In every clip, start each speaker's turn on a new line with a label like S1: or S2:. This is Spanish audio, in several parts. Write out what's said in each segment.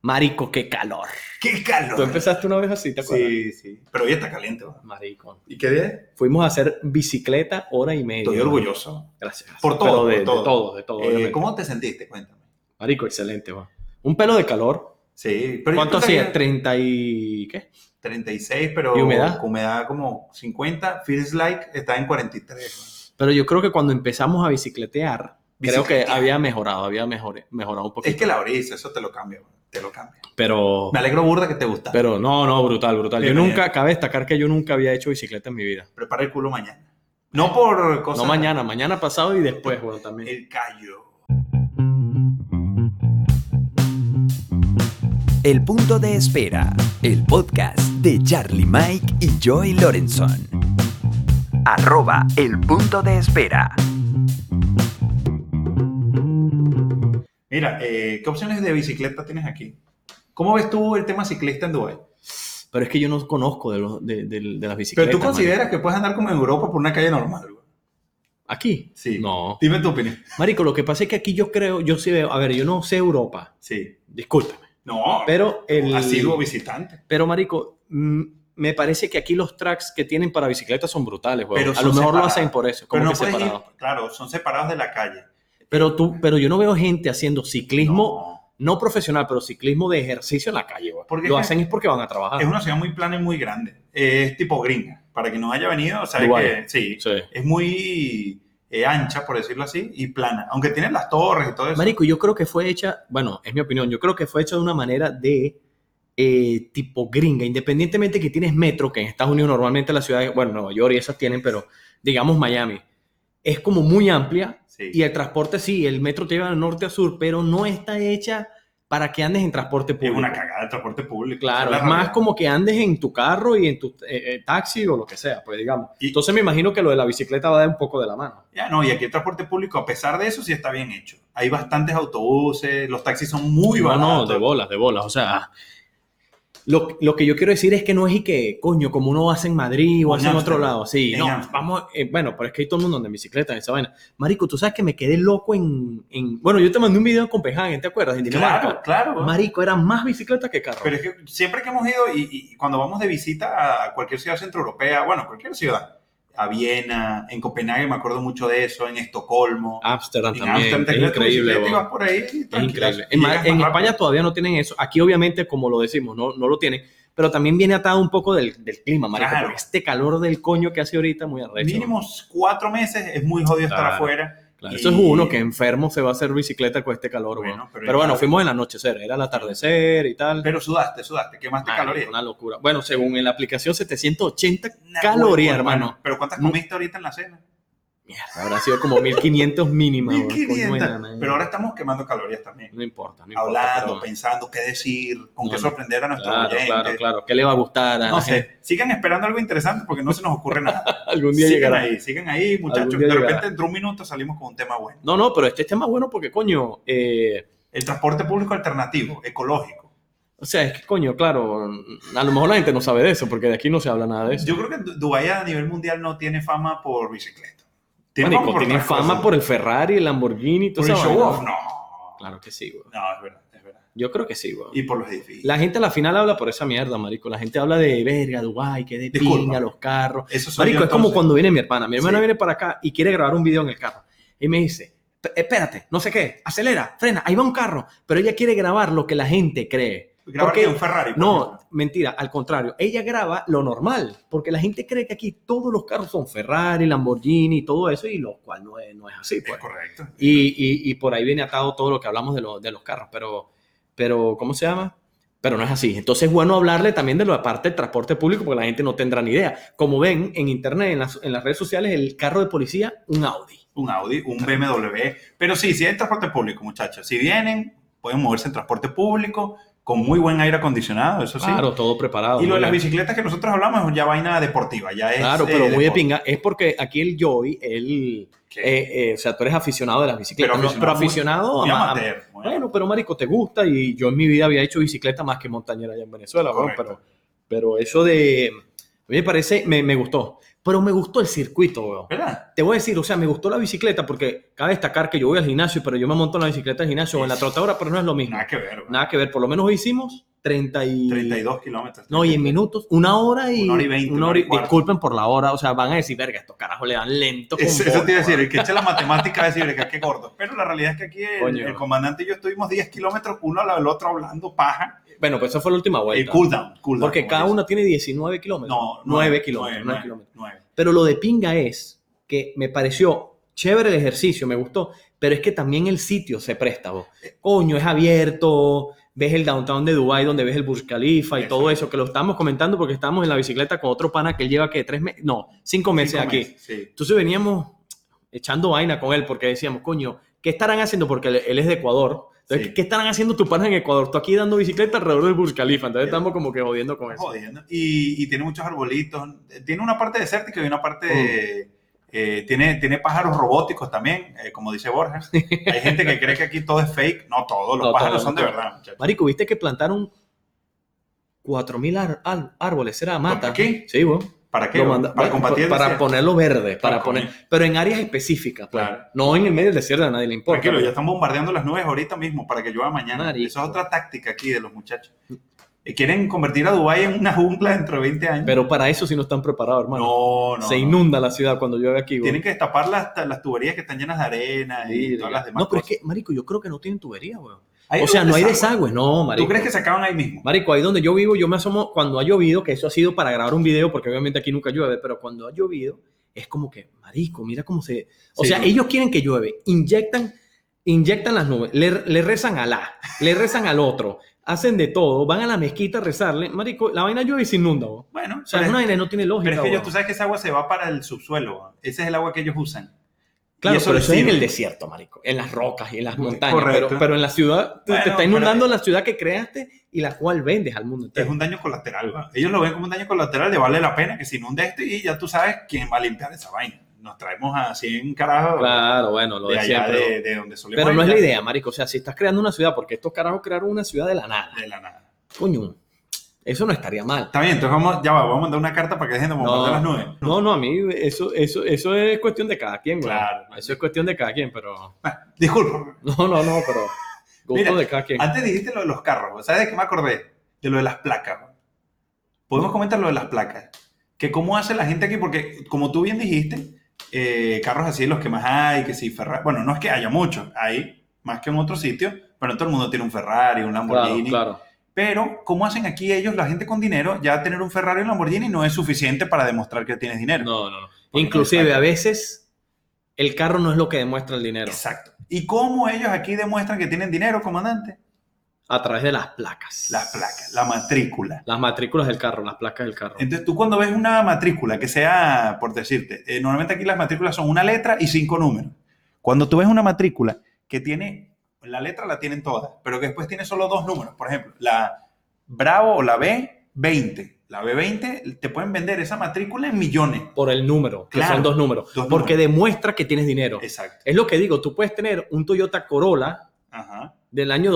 S1: Marico, qué calor.
S2: ¡Qué
S1: Tú
S2: calor!
S1: empezaste una vez así, ¿te acuerdas?
S2: Sí, sí. Pero hoy está caliente. ¿no?
S1: Marico.
S2: ¿Y qué día?
S1: Fuimos a hacer bicicleta hora y media.
S2: Estoy orgulloso.
S1: Gracias. gracias.
S2: Por todo,
S1: Pero de, de
S2: por todo.
S1: todo, de todo,
S2: Eh,
S1: obviamente.
S2: ¿Cómo te sentiste? Cuéntame.
S1: Marico, excelente, va. Un pelo de calor.
S2: Sí, pero yo
S1: ¿Cuánto
S2: creo que
S1: hacía? 30 y... ¿qué?
S2: 36, pero
S1: ¿Y humedad?
S2: humedad como 50. Feels like está en 43.
S1: Pero yo creo que cuando empezamos a bicicletear, creo que
S2: Bicicletear.
S1: había mejorado, había mejor, mejorado un
S2: ¿no?
S1: poquito.
S2: Es que la brisa, eso te lo cambia, ¿no? te lo cambia.
S1: Pero...
S2: Me alegro burda que te gusta.
S1: Pero no, no, brutal, brutal. Yo
S2: Bien,
S1: nunca, cabe destacar que yo nunca había hecho bicicleta en mi vida.
S2: Prepara el culo mañana. No por cosas.
S1: No mañana, mañana pasado y después, bueno, también.
S2: El callo.
S3: El punto de espera, el podcast de Charlie Mike y Joy Lorenson. Arroba el punto de espera.
S2: Mira, eh, ¿qué opciones de bicicleta tienes aquí? ¿Cómo ves tú el tema ciclista en Dubái?
S1: Pero es que yo no conozco de, los, de, de- de las
S2: Pero
S1: bicicletas.
S2: tú
S1: mano.
S2: consideras que puedes andar como en Europa por una calle normal. güey?
S1: ¿Aquí?
S2: Sí.
S1: No.
S2: Dime tu opinión.
S1: Marico, lo que pasa es que aquí yo creo, yo sí veo, a ver, yo no sé Europa,
S2: Sí.
S1: discúlpame.
S2: No,
S1: Pero el...
S2: asiduo visitante.
S1: Pero, marico, mm, me parece que aquí los tracks que tienen para bicicletas son brutales, güey.
S2: Pero
S1: A
S2: son
S1: lo mejor lo
S2: separados.
S1: hacen por eso, como
S2: Pero no
S1: que
S2: puedes
S1: separado.
S2: ir. Claro, son separados de la calle.
S1: Pero tú, pero yo no veo gente haciendo ciclismo,
S2: No.
S1: no, profesional, pero ciclismo de ejercicio en la calle, güey.
S2: Porque
S1: Lo
S2: es que-
S1: hacen es porque van a trabajar.
S2: Es una ciudad muy plana y muy grande. Eh, Es tipo gringa. Para que no haya venido, sabes
S1: Dubái.
S2: que sí.
S1: Sí.
S2: Es muy eh, ancha, por decirlo así, y plana. Aunque tienen las torres y todo eso.
S1: Marico, yo creo que fue hecha, bueno, es mi opinión, yo creo que fue hecha de una manera de eh, tipo gringa, independientemente que tienes metro, que en Estados Unidos normalmente las ciudades, bueno, Nueva York y esas tienen, pero digamos Miami, es como muy amplia
S2: Sí.
S1: y el transporte sí, el metro te lleva de norte a sur, pero no está hecha para que andes en transporte
S2: Es
S1: público.
S2: una cagada de transporte público.
S1: Claro,
S2: Esa
S1: es
S2: la
S1: más
S2: realidad.
S1: como que andes en tu carro y en tu eh, eh, taxi o lo que sea, pues digamos.
S2: Y-
S1: Entonces me imagino que lo de la bicicleta va a dar un poco de la mano.
S2: Ya no, y aquí el transporte público, a pesar de eso, sí está bien hecho. Hay bastantes autobuses, los taxis son muy
S1: no, no,
S2: baratos.
S1: de bolas, de bolas. O sea, lo, lo que yo quiero decir es que no es y que, coño, como uno hace en Madrid o
S2: O en
S1: hace en otro
S2: Ámsterdam.
S1: lado. Sí,
S2: En
S1: no,
S2: Ámsterdam.
S1: vamos, eh, bueno, pero es que hay todo el mundo anda en bicicleta en esa vaina. Marico, tú sabes que me quedé loco en, en- bueno, yo te mandé un video en Copenhagen, ¿te acuerdas? En
S2: claro,
S1: Dinamarca.
S2: claro. güey.
S1: Marico, era más bicicleta que carro.
S2: Pero es que siempre que hemos ido y, y cuando vamos de visita a cualquier ciudad centroeuropea, bueno, cualquier ciudad, a Viena, en Copenhague me acuerdo mucho de eso, en Estocolmo,
S1: Ámsterdam
S2: en
S1: Ah, también,
S2: Ámsterdam, te
S1: es
S2: creas tu
S1: increíble,
S2: bicicleta y
S1: weón.
S2: vas por ahí
S1: Es
S2: tranquilazo,
S1: increíble.
S2: y
S1: En, Ma-
S2: llegas
S1: en
S2: más
S1: España
S2: rápido.
S1: todavía no tienen eso. Aquí, obviamente, como lo decimos, no, no lo tienen. Pero también viene atado un poco del, del clima, marico.
S2: Claro.
S1: porque Este calor del coño que hace ahorita, muy arrecho.
S2: mínimos cuatro meses es muy jodido estar
S1: Claro,
S2: afuera.
S1: Claro,
S2: y-
S1: eso es uno que enfermo se va a hacer bicicleta con este calor,
S2: Bueno,
S1: weón.
S2: pero
S1: Pero,
S2: ya-
S1: bueno, fuimos en el anochecer, era el atardecer y tal.
S2: Pero este sudaste, sudaste, quemaste
S1: Ay,
S2: calorías.
S1: Una locura. Bueno, según en la aplicación, 780
S2: Una
S1: calorías,
S2: huevona,
S1: hermano.
S2: Pero ¿cuántas
S1: No.
S2: comiste ahorita en la cena?
S1: Mierda, habrá sido como 1500 mínimas. weón,
S2: 1500.
S1: coño, madre.
S2: Pero ahora estamos quemando calorías también.
S1: No importa, no importa.
S2: Hablando,
S1: pero-
S2: pensando qué decir, con
S1: No,
S2: qué
S1: no.
S2: sorprender a nuestros
S1: Claro,
S2: oyentes.
S1: claro, claro. ¿Qué le va a gustar a
S2: No
S1: la
S2: sé,
S1: gente?
S2: sigan esperando algo interesante porque no se nos ocurre nada.
S1: Algún día
S2: sigan
S1: llegará.
S2: ahí, sigan ahí, muchachos.
S1: Algún
S2: De
S1: día
S2: repente,
S1: llegará.
S2: entre un minuto salimos con un tema bueno.
S1: No, no, pero este tema es bueno porque, coño, eh,
S2: El transporte público alternativo, ecológico.
S1: o sea, es que, coño, claro, a lo mejor la gente no sabe de eso porque de aquí no se habla nada de eso.
S2: Yo creo que Du- Dubái a nivel mundial no tiene fama por bicicleta.
S1: Marico,
S2: fama por
S1: tienen
S2: otras
S1: fama
S2: cosas.
S1: por el Ferrari, el Lamborghini, todo
S2: Por el show off. No.
S1: Claro que sí, weón.
S2: No, es verdad, es verdad.
S1: Yo creo que sí, weón.
S2: Y por los edificios.
S1: La gente a la final habla por esa mierda, marico. La gente habla de verga, Dubai, que de
S2: Disculpa.
S1: pinga, los carros.
S2: Eso soy
S1: Marico,
S2: yo,
S1: es como
S2: entonces.
S1: cuando viene mi hermana. Mi hermana
S2: Sí.
S1: viene para acá y quiere grabar un video en el carro. Y me dice, "P- espérate, no sé qué, acelera, frena, ahí va un carro. Pero ella quiere grabar lo que la gente cree.
S2: Grabar
S1: Porque-
S2: de un Ferrari. por
S1: No,
S2: ejemplo.
S1: mentira, al contrario. Ella graba lo normal, porque la gente cree que aquí todos los carros son Ferrari, Lamborghini y todo eso, y lo cual no es, no es así.
S2: Es
S1: Pues.
S2: correcto.
S1: Y, y- y por ahí viene atado todo lo que hablamos de, lo- de los carros, pero, pero, ¿cómo se llama? Pero no es así. Entonces es bueno hablarle también de la parte del transporte público, porque la gente no tendrá ni idea. Como ven en internet, en las, en las redes sociales, el carro de policía, un Audi.
S2: un Audi, un BMW. Pero sí, sí hay transporte público, muchachos. Si vienen, pueden moverse en transporte público, con muy buen aire acondicionado, eso sí.
S1: Claro, todo preparado.
S2: y
S1: Ah,
S2: lo de
S1: muy
S2: las
S1: bien.
S2: bicicletas que nosotros hablamos es ya vaina deportiva, ya es.
S1: Claro, pero muy
S2: eh,
S1: de
S2: deporte.
S1: pinga. Es porque aquí el Joy, el,
S2: ¿Qué?
S1: eh, eh, o sea, tú eres aficionado de las bicicletas,
S2: Pero
S1: ¿no? pero aficionado,
S2: aficionado muy- muy
S1: a- a-
S2: amateur, muy amateur.
S1: bueno, pero marico, te gusta y yo en mi vida había hecho bicicleta más que montañera allá en Venezuela, weón,
S2: Correcto.
S1: pero, pero eso de, a mí me parece, me, me gustó, pero me gustó el circuito, weón.
S2: ¿Verdad?
S1: Te voy a decir, o sea, me gustó la bicicleta porque cabe destacar que yo voy al gimnasio, pero yo me monto en la bicicleta del gimnasio o en la trotadora, pero no es lo mismo.
S2: Nada que ver. weón.
S1: Nada que ver, por lo menos hoy hicimos 30 y...
S2: 32 kilómetros.
S1: No, y en minutos, una hora y...
S2: Una hora y veinte,
S1: una hora y-
S2: una hora y cuarto.
S1: disculpen por la hora, o sea, van a decir, verga, estos carajos le dan lento. con
S2: Eso, eso
S1: bola,
S2: te iba a decir,
S1: weón".
S2: el que eche la matemática va a decir, que qué gordo. Pero la realidad es que aquí el,
S1: Coño.
S2: el comandante y yo estuvimos 10 kilómetros uno al lado del otro hablando paja. eh,
S1: Bueno, pues esa fue la última
S2: El
S1: vuelta.
S2: cooldown, cooldown.
S1: Porque
S2: como
S1: cada
S2: dicen.
S1: una tiene 19 kilómetros.
S2: No,
S1: 9 kilómetros. 9 kilómetros.
S2: nueve.
S1: Pero lo de pinga es que me pareció chévere el ejercicio, me gustó, pero es que también el sitio se presta, vos. Coño, es abierto, ves el downtown de Dubai donde ves el Burj Khalifa y
S2: Eso.
S1: todo eso, que lo estamos comentando porque estábamos en la bicicleta con otro pana que él lleva que tres meses, no, cinco meses
S2: Cinco
S1: aquí.
S2: meses, sí.
S1: Entonces veníamos echando vaina con él porque decíamos, coño, ¿qué estarán haciendo? Porque él- él es de Ecuador. Entonces,
S2: Sí.
S1: ¿qué estarán haciendo tus panas en Ecuador? Tú aquí dando bicicleta alrededor del Burj Khalifa. Entonces
S2: Sí.
S1: estamos como que jodiendo con eso.
S2: Jodiendo. Y, y tiene muchos arbolitos. Tiene una parte desértica y una parte.
S1: Mm.
S2: eh, tiene, tiene pájaros robóticos también, eh, como dice Borges. Hay gente que cree que aquí todo es fake. No, todos los
S1: No,
S2: pájaros
S1: todo,
S2: son
S1: no,
S2: de
S1: todo.
S2: verdad, muchachos.
S1: Marico, viste que plantaron 4000 ar- ar- árboles, era mata.
S2: qué?
S1: Sí, weón.
S2: ¿Para qué?
S1: Lo manda-
S2: para combatir el
S1: para
S2: desierto?
S1: ponerlo verde, para
S2: Para
S1: poner,
S2: comer.
S1: pero en áreas específicas, pues.
S2: Claro.
S1: No en el medio del desierto a nadie le importa. pues.
S2: Tranquilo, ya están bombardeando las nubes ahorita mismo para que llueva mañana.
S1: Marico.
S2: Esa es otra táctica aquí de los muchachos. Eh, Quieren convertir a Dubái en una jungla dentro de 20 años.
S1: Pero para eso sí no están preparados, hermano.
S2: no, no.
S1: Se
S2: no.
S1: inunda la ciudad cuando llueve aquí, weón.
S2: Tienen que destapar las, las tuberías que están llenas de arena y todas las demás
S1: No, pero es
S2: cosas.
S1: que, marico, yo creo que no tienen tubería, weón.
S2: Ahí
S1: O sea, no hay
S2: desagüe.
S1: desagüe, no, marico.
S2: ¿Tú crees que se acaban ahí mismo?
S1: Marico, ahí donde yo vivo, yo me asomo cuando ha llovido, que eso ha sido para grabar un video, porque obviamente aquí nunca llueve, pero cuando ha llovido, es como que, marico, mira cómo se... O
S2: Sí,
S1: sea,
S2: ¿no?
S1: ellos quieren que llueve, inyectan, inyectan las nubes, le, le rezan a la, le rezan al otro, hacen de todo, van a la mezquita a rezarle, marico, la vaina llueve y se inunda, bo.
S2: Bueno,
S1: O sea, es
S2: pero-
S1: una vaina que no tiene lógica,
S2: Pero es que ellos,
S1: bo.
S2: tú sabes que esa agua se va para el subsuelo. ¿no? Ese es el agua que ellos usan.
S1: Claro,
S2: y eso
S1: pero
S2: les
S1: eso es en
S2: sirve.
S1: el desierto, marico, en las rocas y en las montañas,
S2: Correcto.
S1: pero, pero en la ciudad, te- te
S2: Bueno,
S1: está
S2: pero-
S1: inundando la ciudad que creaste y la cual vendes al mundo
S2: Es
S1: entero.
S2: un daño colateral. ¿va? Ellos lo ven como un daño colateral de vale la pena que se inunde esto y ya tú sabes quién va a limpiar esa vaina. Nos traemos a 100 carajos
S1: Claro, bueno, lo
S2: de
S1: de
S2: allá
S1: siempre, ¿no?
S2: de, de donde solemos
S1: Pero no es
S2: ir,
S1: la idea, marico. O sea, si estás creando una ciudad, porque estos carajos crearon una ciudad de la nada.
S2: De la nada.
S1: Coño, eso no estaría mal.
S2: Está bien, entonces vamos, ya va, vamos a mandar una carta para que dejen de bombardear las nubes.
S1: No, no, a mí eso, eso, eso es cuestión de cada quien, güey.
S2: Claro.
S1: Eso es cuestión de cada quien, pero.
S2: Bueno, disculpa,
S1: No, no, no, pero. Gusto
S2: Mira,
S1: de cada quien.
S2: Antes dijiste lo de los carros, ¿sabes de qué me acordé? De lo de las placas. ¿no?
S1: Mm.
S2: Podemos comentar lo de las placas. Que cómo hace la gente aquí, porque como tú bien dijiste, eh, carros así los que más hay, que si Ferrari, bueno, no es que haya muchos, hay más que en otros sitios, pero todo el mundo tiene un Ferrari, un
S1: Claro,
S2: Lamborghini.
S1: claro.
S2: Pero cómo hacen aquí ellos, la gente con dinero, ya tener un Ferrari o un Lamborghini no es suficiente para demostrar que tienes dinero.
S1: No, no, no.
S2: no
S1: Inclusive,
S2: está.
S1: a veces, el carro no es lo que demuestra el dinero.
S2: Exacto. ¿Y cómo ellos aquí demuestran que tienen dinero, comandante?
S1: A través de las placas.
S2: Las placas, la matrícula.
S1: Las matrículas del carro, las placas del carro.
S2: Entonces, tú cuando ves una matrícula que sea, por decirte, eh, normalmente aquí las matrículas son una letra y cinco números. Cuando tú ves una matrícula que tiene, la letra la tienen todas, pero que después tiene solo dos números, por ejemplo, la Bravo o la B20. La B20 te pueden vender esa matrícula en millones.
S1: Por el número, que
S2: Claro,
S1: son dos números.
S2: dos
S1: porque demuestra que tienes dinero.
S2: Exacto.
S1: Es lo que digo, tú puedes tener un Toyota Corolla
S2: Ajá.
S1: del año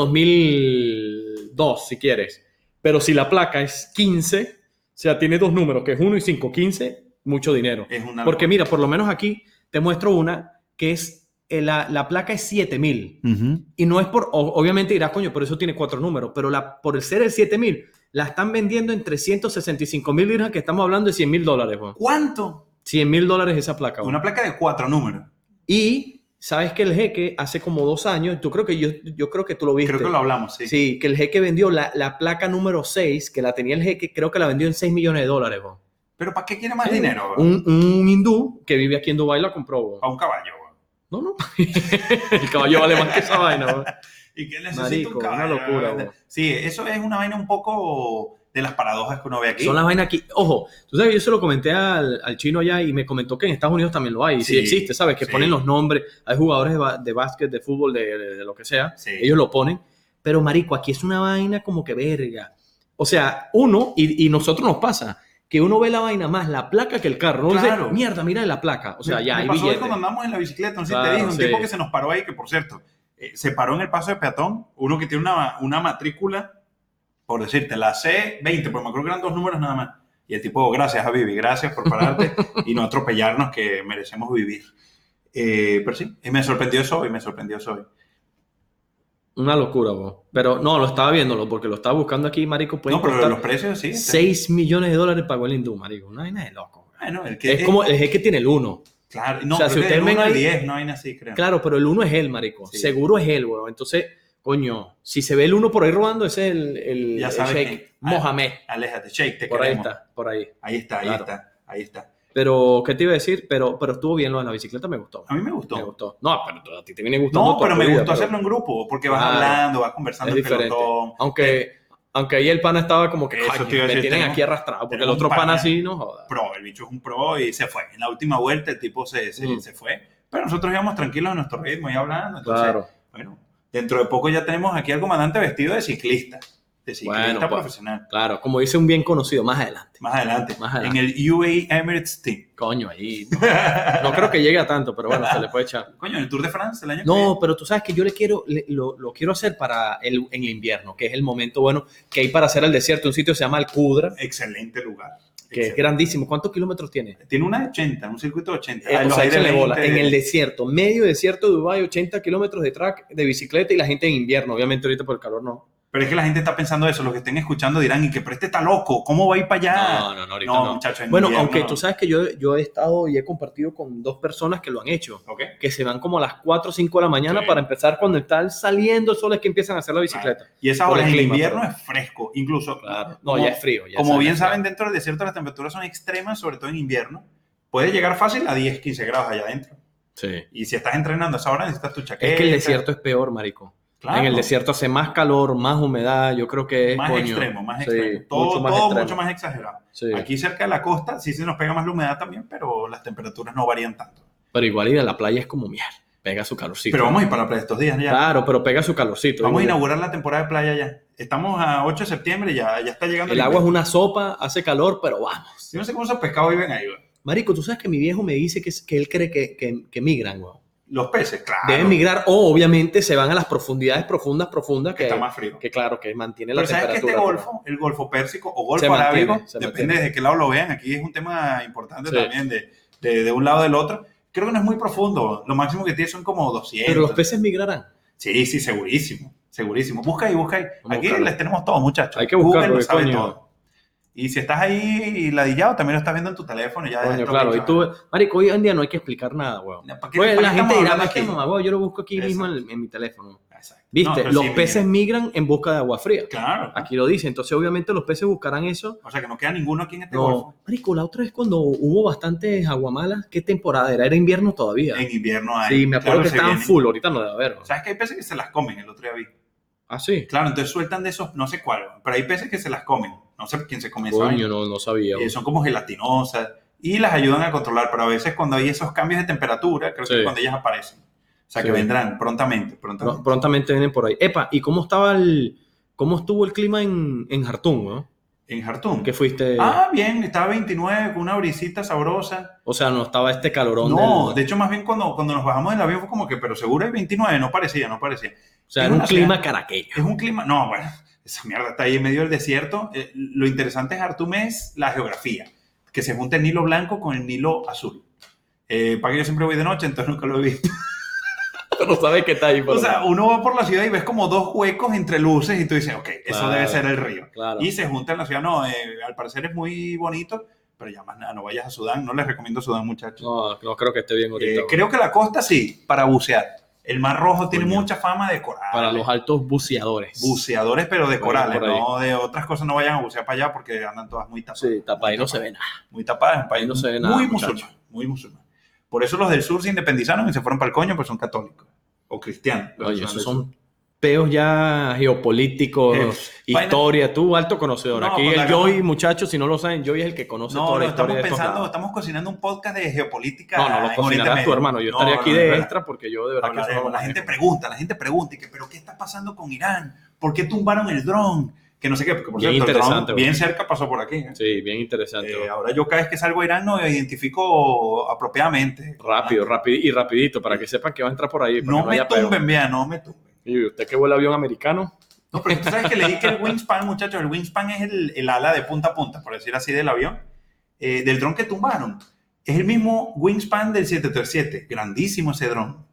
S1: 2002, si quieres, pero si la placa es 15, o sea, tiene dos números, que es 1 y 5, 15, mucho dinero.
S2: Es una
S1: Porque mira, por lo menos aquí te muestro una que es, eh, la, la placa es 7000.
S2: Ujú.
S1: Y no es por, o- obviamente dirás, coño, pero eso tiene cuatro números, pero la, por el ser el 7000, la están vendiendo en 365 mil que estamos hablando de 100 mil dólares, weón.
S2: ¿Cuánto?
S1: 100 mil dólares esa placa, weón.
S2: Una placa de cuatro números.
S1: Y sabes que el jeque hace como dos años, tú creo que yo, yo creo que tú lo viste.
S2: Creo que lo hablamos, sí.
S1: sí. que el jeque vendió la, la placa número 6, que la tenía el jeque, creo que la vendió en 6 millones de dólares. bo.
S2: Pero ¿para qué quiere más
S1: Sí.
S2: dinero? Oh. bro?
S1: Un, un hindú que vive aquí en Dubái la compró. bo.
S2: Para un caballo. bro.
S1: No, no. el caballo vale más que esa vaina. bo.
S2: ¿Y que necesita
S1: Marico,
S2: un
S1: una
S2: caballo?
S1: locura. bo.
S2: Sí, eso es una vaina un poco de las paradojas que uno ve aquí.
S1: Son las vainas aquí. Ojo, tú sabes, yo se lo comenté al, al chino allá y me comentó que en Estados Unidos también lo hay. Y sí,
S2: Sí,
S1: existe, ¿sabes? Que
S2: sí.
S1: ponen los nombres. Hay jugadores de, ba- de básquet, de fútbol, de, de- de lo que sea.
S2: Sí.
S1: Ellos lo ponen. Pero, marico, aquí es una vaina como que verga. O sea, uno, y, y nosotros nos pasa, que uno ve la vaina más la placa que el carro. Uno dice,
S2: Claro.
S1: mierda, mira la placa. O sea,
S2: Me-
S1: ya
S2: me
S1: hay
S2: pasó hoy
S1: billetes.
S2: cuando andamos en la bicicleta, no sé si
S1: Claro,
S2: te dije, un
S1: sí.
S2: tipo que se nos paró ahí, que por cierto, eh, se paró en el paso de peatón, uno que tiene una, una matrícula, por decirte, la C20, porque me acuerdo que eran dos números nada más. Y el tipo, gracias a Vivi, gracias por pararte y no atropellarnos que merecemos vivir. Eh, pero sí, y me sorprendió eso hoy, me sorprendió eso hoy.
S1: Una locura, bro. Pero no, lo estaba viéndolo porque lo estaba buscando aquí, marico. Pueden
S2: No, pero
S1: costar
S2: los precios sí.
S1: 6 millones de dólares pagó el hindú, marico. Una vaina de loco. bro.
S2: Bueno, el que
S1: Es como el es que tiene el 1.
S2: Claro, no,
S1: o sea,
S2: creo
S1: si
S2: que
S1: ustedes
S2: del
S1: ven
S2: uno al
S1: ahí-
S2: 10, no hay nada así, creo.
S1: Claro, pero el 1 es él, marico.
S2: Sí.
S1: Seguro es él, weón. Entonces, coño, si se ve el 1 por ahí robando, ese es el, el,
S2: Ya
S1: el
S2: sabes
S1: Sheikh
S2: quién. Ah,
S1: Mohamed.
S2: Aléjate, Shake, te
S1: Por ahí
S2: queremos.
S1: está, por ahí.
S2: Ahí está, ahí
S1: Claro.
S2: está, ahí está.
S1: Pero, ¿qué te iba a decir? Pero, pero estuvo bien lo de la bicicleta, me gustó.
S2: A mí me
S1: Me
S2: gustó.
S1: gustó. No, pero a ti te viene gustando.
S2: No, pero
S1: toda
S2: me
S1: tu vida,
S2: gustó
S1: pero
S2: hacerlo en grupo, porque vas
S1: Claro.
S2: hablando, vas conversando
S1: Es
S2: en
S1: diferente.
S2: pelotón. Eh,
S1: Aunque, aunque ahí el pana estaba como que,
S2: Eso
S1: "Coño,
S2: te iba a
S1: me
S2: decir,
S1: tienen
S2: tenemos-
S1: aquí arrastrado. Porque el
S2: tenemos
S1: otro
S2: un pana.
S1: pana así, no joda.
S2: Pro, el bicho es un pro y se fue. En la última vuelta el tipo se, se,
S1: Mm.
S2: se fue. Pero nosotros íbamos tranquilos a nuestro ritmo y hablando. Entonces,
S1: Claro.
S2: bueno, dentro de poco ya tenemos aquí al comandante vestido de ciclista, de ciclista
S1: Bueno, pues.
S2: profesional.
S1: Claro, como dice un bien conocido, más adelante.
S2: Más adelante,
S1: Más adelante.
S2: en el UAE Emirates Team.
S1: Coño, ahí. No, no creo que llegue a tanto, pero bueno, se le puede echar.
S2: Coño, en el Tour de France el año que viene.
S1: No, pero tú sabes que yo le quiero, le- lo, lo quiero hacer para el, en el invierno, que es el momento bueno que hay para hacer al desierto. Un sitio que se llama Alcudra,
S2: Excelente lugar.
S1: que es
S2: Excelente.
S1: grandísimo. ¿Cuántos kilómetros tiene?
S2: Tiene una de 80, un circuito de 80.
S1: Eh,
S2: Ah,
S1: o
S2: los
S1: sea,
S2: hay de
S1: échale
S2: 20,
S1: bola. En
S2: de-
S1: el desierto, medio desierto de Dubái, 80 kilómetros de track de bicicleta y la gente en invierno. Obviamente, ahorita por el calor no.
S2: Pero es que la gente está pensando eso, los que estén escuchando dirán, y que preste está loco, ¿cómo va a ir para allá?
S1: No, no, no, ahorita
S2: Ah, No,
S1: no.
S2: muchachos, en
S1: Bueno,
S2: invierno-
S1: aunque tú sabes que yo, yo he estado y he compartido con dos personas que lo han hecho,
S2: Ok.
S1: que se van como a las 4 o 5 de la mañana
S2: Sí.
S1: para empezar cuando están saliendo el sol es que empiezan a hacer la bicicleta.
S2: Y esas
S1: Por el
S2: horas en
S1: clima,
S2: invierno
S1: pero-
S2: es fresco, incluso.
S1: No,
S2: como,
S1: ya es frío. ya
S2: como
S1: saben,
S2: bien
S1: ya.
S2: saben, dentro del desierto las temperaturas son extremas, sobre todo en invierno. Puede llegar fácil a 10, 15 grados allá adentro.
S1: Sí.
S2: Y si estás entrenando a esa hora, necesitas tu chaqueta.
S1: Es que el desierto es peor, marico.
S2: Eh, Claro.
S1: En el desierto hace más calor, más humedad, yo creo que es
S2: Más
S1: coño,
S2: extremo, más
S1: sí,
S2: extremo. Todo,
S1: mucho más
S2: todo
S1: extremo.
S2: mucho más exagerado.
S1: sí.
S2: Aquí cerca de la costa sí se nos pega más la humedad también, pero las temperaturas no varían tanto.
S1: Pero igual ir a la playa es como mierda, pega su calorcito.
S2: Pero vamos a ir para la playa estos días ya.
S1: Claro, pero pega su calorcito.
S2: Vamos a
S1: digo yo.
S2: inaugurar la temporada de playa ya. Estamos a 8 de septiembre, ya, ya está llegando
S1: El agua es una sopa, hace calor, pero vamos.
S2: Yo no sé cómo esos pescados viven ahí, güey.
S1: Marico, tú sabes que mi viejo me dice que, es- que él cree que, que, que migran, weón.
S2: Los peces, claro.
S1: Deben migrar o obviamente se van a las profundidades profundas, profundas, que,
S2: que está más frío.
S1: eh, que claro, que mantiene
S2: Pero
S1: la
S2: sabes que
S1: temperatura.
S2: este
S1: pero-
S2: golfo, el golfo pérsico o golfo
S1: Se mantiene,
S2: arábigo,
S1: se
S2: depende
S1: mantiene.
S2: de qué lado lo vean, aquí es un tema importante
S1: Sí.
S2: también de, de, de un lado del otro. Creo que no es muy profundo, lo máximo que tiene son como 200.
S1: Pero los peces migrarán.
S2: Sí, sí, segurísimo, segurísimo. Busca ahí, busca ahí.
S1: Vamos a
S2: Aquí
S1: buscarlo.
S2: les tenemos todo, muchachos.
S1: Hay que buscarlo,
S2: Google lo
S1: que
S2: sabe
S1: coño.
S2: todo. Y si estás ahí ladillado, también lo estás viendo en tu teléfono. Ya
S1: Coño,
S2: esto
S1: claro.
S2: que-
S1: Y tú, marico, hoy en día no hay que explicar nada, weón.
S2: ¿Para qué-
S1: Pues
S2: para
S1: la
S2: qué
S1: gente
S2: estamos
S1: dirá,
S2: hablando
S1: más que mamá, weón, yo lo busco aquí mismo en, en mi teléfono.
S2: Exacto. No,
S1: Viste,
S2: pero
S1: los
S2: sí,
S1: peces
S2: mira,
S1: migran en busca de agua fría.
S2: Claro.
S1: Aquí lo dice. Entonces, obviamente, los peces buscarán eso.
S2: O sea, que no queda ninguno aquí en este golfo.
S1: No, marico, la otra vez cuando hubo bastantes aguamalas, ¿qué temporada era? Era invierno todavía.
S2: En invierno hay.
S1: Sí, me acuerdo
S2: Claro,
S1: que
S2: se
S1: estaban
S2: vienen.
S1: full, ahorita no debe haber. weón.
S2: ¿Sabes que hay peces que se las comen? El otro día vi.
S1: Ah, sí.
S2: Claro, entonces sueltan de esos, no sé cuál, pero hay peces que se las comen. No sé quién se come esa vaina.
S1: Coño, no, no sabía.
S2: Eh,
S1: weón.
S2: son como gelatinosas y las ayudan a controlar, pero a veces cuando hay esos cambios de temperatura, creo que
S1: Sí.
S2: es cuando ellas aparecen. O sea, que
S1: Sí.
S2: vendrán prontamente,
S1: Pro-
S2: prontamente.
S1: prontamente vienen por ahí. Epa, ¿y cómo estaba el cómo estuvo el clima en, en Jartum, weón?
S2: En Jartum.
S1: Que fuiste,
S2: Ah, bien, estaba 29 con una brisita sabrosa.
S1: o sea, no estaba este calorón
S2: No,
S1: del-
S2: de hecho, más bien cuando, cuando nos bajamos del avión fue como que, pero seguro hay 29, no parecía, no parecía.
S1: o sea,
S2: es
S1: era un
S2: una
S1: clima
S2: ciudad-
S1: caraqueño.
S2: Es un clima, no, bueno, esa mierda está ahí en medio del desierto. Eh, lo interesante de Jartum es la geografía, que se junta el Nilo Blanco con el Nilo Azul. Eh, para que yo siempre voy de noche, entonces nunca lo he visto.
S1: No sabes qué está ahí,
S2: O sea, uno va por la ciudad y ves como dos huecos entre luces y tú dices, ok, eso
S1: Claro.
S2: debe ser el río.
S1: claro.
S2: Y se junta en la ciudad, no, eh, al parecer es muy bonito, pero ya más nada, no vayas a Sudán, no les recomiendo Sudán, muchachos.
S1: No, no creo que esté bien ahorita.
S2: Eh,
S1: weón.
S2: creo que la costa sí, para bucear. El Mar Rojo tiene
S1: Coño.
S2: mucha fama de corales.
S1: Para los altos buceadores.
S2: Buceadores, pero de
S1: Bueno,
S2: corales,
S1: por ahí.
S2: no de otras cosas, no vayan a bucear para allá porque andan todas muy tapadas.
S1: Sí, tapa ahí
S2: muy
S1: no se
S2: tapadas,
S1: ve nada.
S2: Muy tapadas, un país
S1: Ahí no se ve nada,
S2: muy
S1: muchacho.
S2: musulmán, muy musulmán. Por eso los del sur se independizaron y se fueron para el coño, pues son católicos o cristianos. los
S1: Oye,
S2: del
S1: esos
S2: sur.
S1: son peos ya geopolíticos,
S2: Eh, vaina-
S1: historia, tú alto conocedor.
S2: No,
S1: Aquí
S2: pues
S1: el
S2: la-
S1: Joy, muchachos, si no lo saben, Joy es el que conoce
S2: No,
S1: toda
S2: no,
S1: la historia
S2: estamos
S1: de estos
S2: pensando,
S1: lados.
S2: estamos cocinando un podcast de geopolítica.
S1: No, no,
S2: en
S1: lo
S2: Oriente
S1: cocinarás tu
S2: Medio.
S1: hermano. Yo
S2: No,
S1: estaría
S2: no,
S1: aquí
S2: no,
S1: de
S2: espera.
S1: extra porque yo de verdad que eso no
S2: Hablaremos.
S1: lo
S2: La
S1: manejo.
S2: gente pregunta, la gente pregunta, y que, pero ¿qué está pasando con Irán? ¿Por qué tumbaron el dron? Que no sé qué, porque por
S1: Bien
S2: cierto, el
S1: interesante,
S2: dron
S1: güey.
S2: bien cerca pasó por aquí. ¿eh?
S1: Sí, bien interesante.
S2: Eh,
S1: bro.
S2: ahora yo cada vez que salgo a Irán no me identifico apropiadamente. Ah,
S1: rápido, rápido y rapidito para que sepan que va a entrar por ahí. para
S2: No
S1: que
S2: me
S1: haya peo.
S2: tumben, vea, no me tumben.
S1: Y usted que vuela avión americano,
S2: No, pero tú sabes que leí que el wingspan, muchachos, el wingspan es el, el ala de punta a punta, por decir así, del avión, eh, del dron que tumbaron. Es el mismo wingspan del 737. Grandísimo ese dron.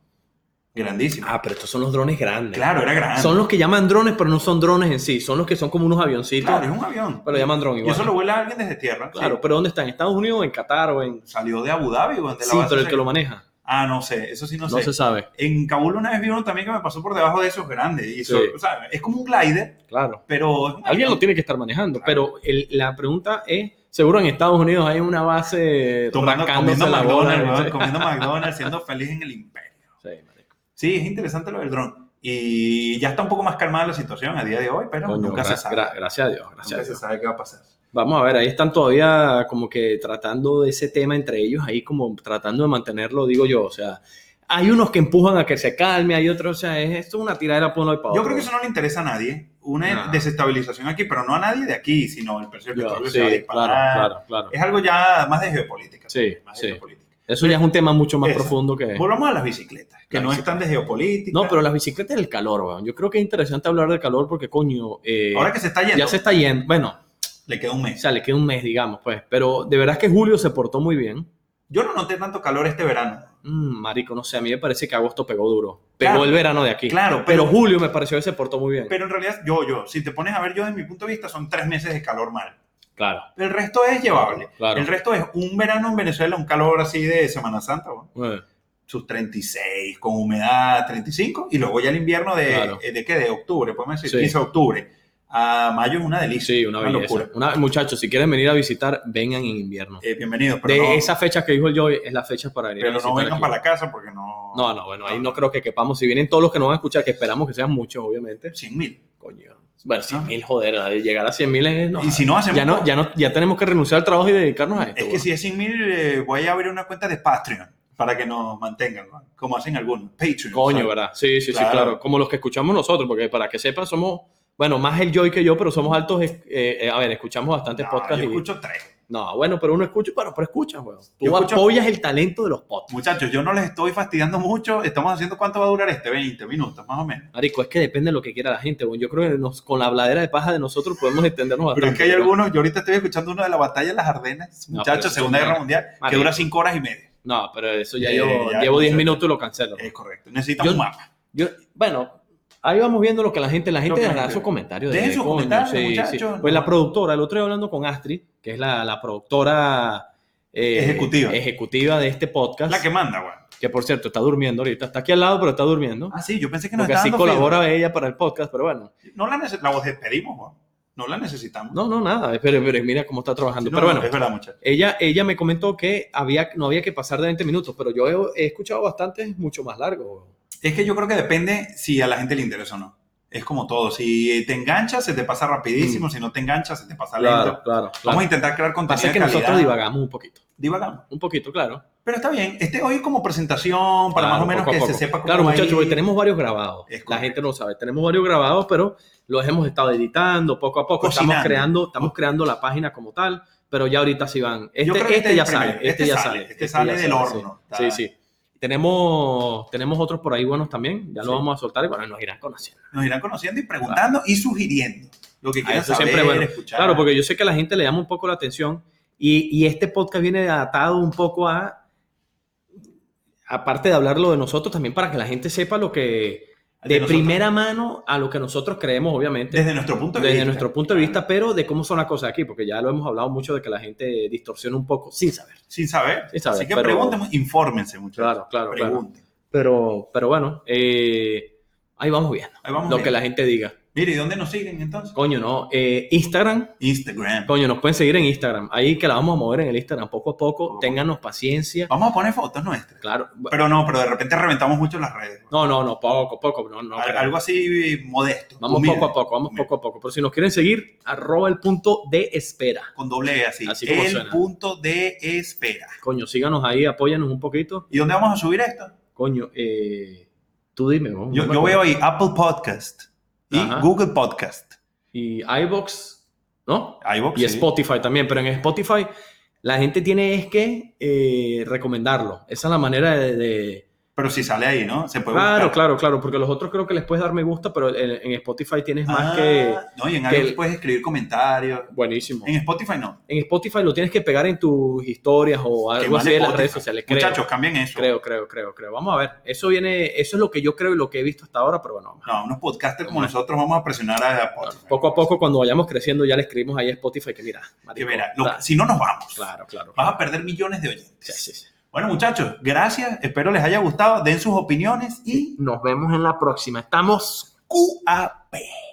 S2: Grandísimo.
S1: Ah, pero estos son los drones grandes.
S2: claro, era grande.
S1: Son los que llaman drones, pero no son drones en sí. Son los que son como unos avioncitos.
S2: Claro, es un avión.
S1: Pero lo llaman dron
S2: Y
S1: igual.
S2: eso lo vuela alguien desde tierra.
S1: Claro,
S2: sí.
S1: pero ¿dónde está? ¿En Estados Unidos o en Qatar o en...?
S2: Salió de Abu Dhabi, weón, de la
S1: Sí,
S2: base
S1: pero el
S2: esa-
S1: que lo maneja.
S2: Ah, no sé, eso sí no,
S1: No
S2: sé.
S1: se sabe.
S2: En Kabul una vez vi uno también que me pasó por debajo de esos grandes. Y eso,
S1: Sí.
S2: o sea, es como un glider,
S1: Claro.
S2: pero... es un
S1: Alguien
S2: avión.
S1: lo tiene que estar manejando, pero el- la pregunta es, seguro en Estados Unidos hay una base
S2: Tomando,
S1: rascándose
S2: comiendo
S1: la
S2: McDonald's, weón,
S1: bola.
S2: comiendo McDonald's, siendo feliz en el imperio.
S1: Sí, marico.
S2: Sí, es interesante lo del dron. Y ya está un poco más calmada la situación a día de hoy, pero
S1: Coño,
S2: nunca
S1: gra-
S2: se sabe.
S1: gra- gracias a Dios, gracias
S2: nunca
S1: a
S2: se
S1: Dios.
S2: sabe qué va a pasar.
S1: Vamos a ver, ahí están todavía como que tratando ese tema entre ellos, ahí como tratando de mantenerlo, digo yo. O sea, hay unos que empujan a que se calme, hay otros, o sea, es esto es una tiradera por un lado y para
S2: Yo
S1: otro.
S2: creo que eso no le interesa a nadie. Una
S1: No.
S2: desestabilización aquí, pero no a nadie de aquí, sino el precio del
S1: Yo,
S2: petróleo
S1: sí,
S2: se va a disparar.
S1: claro, claro, claro.
S2: Es algo ya más de geopolítica. pues,
S1: Sí,
S2: más de
S1: sí.
S2: geopolítica.
S1: Eso ya es un tema mucho más
S2: Esa.
S1: profundo que...
S2: Volvamos a las bicicletas, que
S1: Las
S2: no están de geopolítica.
S1: No, pero las bicicletas y el calor, weón. Yo creo que es interesante hablar del calor porque, coño, eh,
S2: Ahora que se está yendo,
S1: ya se está yendo. Bueno,
S2: le queda un
S1: o
S2: mes.
S1: sea, le queda un mes, digamos, pues. Pero de verdad es que julio se portó muy bien.
S2: Yo no noté tanto calor este verano.
S1: Mm, marico, no sé, a mí me parece que agosto pegó duro. Pegó
S2: Claro.
S1: el verano de aquí.
S2: Claro,
S1: Pero
S2: pero,
S1: julio me pareció que se portó muy bien.
S2: pero en realidad, yo, yo, si te pones a ver yo desde mi punto de vista, son tres meses de calor mal.
S1: Claro,
S2: El resto es llevable.
S1: claro.
S2: El resto es un verano en Venezuela, un calor así de Semana Santa, bueno,
S1: Eh,
S2: sus 36, con humedad 35, y luego ya el invierno de,
S1: Claro.
S2: eh, ¿de qué? De octubre, podemos decir,
S1: Sí.
S2: 15 de octubre. A mayo es una delicia.
S1: Eh, Sí, una belleza.
S2: locura.
S1: Una- muchachos, si quieren venir a visitar, vengan en invierno.
S2: Eh, bienvenidos, pero,
S1: de
S2: no,
S1: esas fechas que dijo el Joy, es la fecha para venir a
S2: pero no
S1: visitar
S2: vengan
S1: aquí.
S2: para la casa porque no...
S1: No, no, bueno, ahí no creo que quepamos. Si vienen todos los que nos van a escuchar, que esperamos que sean muchos, obviamente.
S2: 100 mil.
S1: Coño. Bueno, 100 mil, joder, llegar a 100 mil es. no,
S2: Ah. y si no hacemos...
S1: ya, no, ya, no, ya tenemos que renunciar al trabajo y dedicarnos a esto.
S2: Es que
S1: weón.
S2: si es 100 mil, eh, voy a abrir una cuenta de Patreon para que nos mantengan, ¿no? como hacen algunos. Patreon.
S1: Coño,
S2: ¿sabes?
S1: ¿verdad? Sí, sí, sí,
S2: Claro.
S1: claro. Como los que escuchamos nosotros, porque para que sepan, somos. Bueno, más el Joy que yo, pero somos altos. eh, eh, a ver, escuchamos bastantes
S2: No,
S1: podcasts.
S2: Ah, yo
S1: y-
S2: escucho tres.
S1: No, bueno, pero uno escucha. Bueno, pero escucha, weón. Tú
S2: Yo escucho-
S1: apoyas el talento de los podcasts.
S2: Muchachos, yo no les estoy fastidiando mucho. Estamos haciendo cuánto va a durar este, 20 minutos más o menos.
S1: Marico, es que depende de lo que quiera la gente, weón. Yo creo que nos- con la habladera de paja de nosotros podemos entendernos
S2: Pero
S1: bastante.
S2: es que hay
S1: weón.
S2: algunos, yo ahorita estoy escuchando uno de la batalla de las Ardenas,
S1: No,
S2: muchachos,
S1: pero eso
S2: Segunda
S1: es
S2: Guerra
S1: una-
S2: Mundial, que
S1: Marico.
S2: dura 5 horas y media.
S1: No, pero eso ya
S2: Eh,
S1: llevo,
S2: ya, Eh,
S1: llevo
S2: no
S1: 10
S2: sé.
S1: minutos y lo cancelo.
S2: Es correcto. Necesitamos
S1: Yo-
S2: un mapa.
S1: Yo, bueno, ahí vamos viendo lo que la gente, la gente
S2: Lo que la
S1: dará
S2: gente-
S1: sus comentarios.
S2: Dejen
S1: de,
S2: sus
S1: coño,
S2: comentarios,
S1: sí, sí.
S2: muchachos,
S1: Pues
S2: no.
S1: la productora, el otro día hablando con Astrid, que es la, la productora eh,
S2: Ejecutiva.
S1: ejecutiva de este podcast,
S2: La
S1: que...
S2: que manda, güey.
S1: por cierto está durmiendo ahorita, está aquí al lado, pero está durmiendo.
S2: Ah, sí, yo pensé que nos
S1: porque
S2: estaba
S1: así
S2: dando
S1: colabora ella para el podcast, pero bueno,
S2: feedback. No la, nece- la despedimos, güey. No la necesitamos.
S1: no, no, nada, pero, pero mira cómo está trabajando.
S2: Sí, no,
S1: pero
S2: no,
S1: bueno,
S2: Es verdad, muchachos.
S1: ella, ella me comentó que había, no había que pasar de 20 minutos, pero yo he, he escuchado bastantes mucho más largos.
S2: Es que yo creo que depende si a la gente le interesa o no. Es como todo. Si te engancha, se te pasa rapidísimo. Si no te engancha, se te pasa lento.
S1: Mm. claro. claro.
S2: Vamos a intentar crear contenido
S1: Pasa
S2: de
S1: que
S2: calidad.
S1: nosotros divagamos un poquito.
S2: Divagamos.
S1: Un poquito, claro.
S2: Pero está bien. Este hoy como presentación, para más
S1: Claro,
S2: o menos
S1: poco a
S2: que se
S1: poco.
S2: sepa cómo
S1: Claro,
S2: va a
S1: muchachos,
S2: ir.
S1: porque tenemos varios grabados.
S2: Es
S1: La
S2: correcto.
S1: gente no lo sabe. Tenemos varios grabados, pero los hemos estado editando poco a poco. Estamos
S2: Cocinando.
S1: creando, estamos creando la página como tal, pero ya ahorita sí van. Este,
S2: Yo creo que
S1: este
S2: este
S1: ya
S2: es el
S1: sale. Este,
S2: primero. Este
S1: ya
S2: sale,
S1: sale.
S2: este sale del
S1: sí.
S2: horno.
S1: Sí, sí. Tenemos, tenemos otros por ahí buenos también. Ya
S2: Sí.
S1: los vamos a soltar y bueno, nos irán conociendo.
S2: Nos irán conociendo y preguntando y sugiriendo lo que
S1: Ah,
S2: quieran
S1: eso
S2: saber,
S1: siempre es bueno.
S2: escuchar.
S1: Claro, porque yo sé que a la gente le llama un poco la atención y, y este podcast viene atado un poco a, aparte de hablar lo de nosotros, también para que la gente sepa lo que, de,
S2: nosotros,
S1: primera mano, a lo que nosotros creemos, obviamente, desde,
S2: Desde nuestro punto de vista.
S1: nuestro punto de vista, pero de cómo son las cosas aquí, porque ya lo hemos hablado mucho de que la gente distorsiona un poco sin saber.
S2: Sin saber.
S1: Sin saber,
S2: Así que
S1: pero-
S2: pregunten, infórmense, muchachos.
S1: Claro, claro, claro.
S2: Pregunten.
S1: Pero, pero bueno, eh, ahí vamos viendo.
S2: Ahí vamos
S1: lo
S2: bien.
S1: que la gente diga.
S2: Mire, ¿y dónde nos siguen entonces?
S1: Coño, no. eh, Instagram,
S2: Instagram.
S1: Coño, nos pueden seguir en Instagram. Ahí que la vamos a mover en el Instagram poco a poco.
S2: Poco.
S1: Ténganos paciencia.
S2: Vamos a poner fotos nuestras.
S1: Claro. bu-
S2: Pero no, pero de repente reventamos mucho las redes.
S1: No, no, no, poco a poco. No, no,
S2: Al-
S1: creo.
S2: algo así modesto.
S1: vamos
S2: humilde,
S1: poco a poco, vamos
S2: humilde.
S1: poco a poco. Pero si nos quieren seguir, arroba el punto de espera.
S2: Con doble E así.
S1: Así como
S2: el
S1: suena.
S2: punto de espera.
S1: Coño, síganos ahí, apóyanos un poquito.
S2: ¿Y dónde vamos a subir esto?
S1: Coño, eh, tú dime. vos,
S2: Yo,
S1: no me
S2: yo
S1: acuerdo.
S2: veo ahí Apple Podcast y
S1: Ajá.
S2: Google Podcast.
S1: Y iBox, ¿no?
S2: iVoox,
S1: Y
S2: sí.
S1: Spotify también. Pero en Spotify la gente tiene es que eh, recomendarlo. Esa es la manera de- de
S2: Pero si sale ahí, ¿no? Se puede
S1: Claro,
S2: buscar.
S1: claro, claro, porque los otros creo que les puedes dar me gusta, pero en, en Spotify tienes más
S2: Ah,
S1: que...
S2: No, y en
S1: que
S2: iTunes
S1: el-
S2: puedes escribir comentarios.
S1: Buenísimo.
S2: En Spotify no.
S1: En Spotify lo tienes que pegar en tus historias o
S2: Que
S1: algo
S2: mande
S1: así de las
S2: Spotify.
S1: redes sociales. Creo,
S2: Muchachos, cambien eso.
S1: creo, creo, creo, creo. Vamos a ver. Eso viene, eso es lo que yo creo y lo que he visto hasta ahora, pero bueno, vamos a-
S2: No, unos podcasters como nosotros vamos a presionar a Spotify.
S1: poco a poco cuando vayamos creciendo ya le escribimos ahí a Spotify que mira,
S2: Ah. Que
S1: marico,
S2: verá, lo-
S1: claro,
S2: si no nos vamos.
S1: claro, claro.
S2: Vas a perder millones de oyentes.
S1: Sí, sí, sí.
S2: Bueno, muchachos, gracias. Espero les haya gustado. Den sus opiniones y
S1: Nos vemos en la próxima. Estamos
S2: QAP.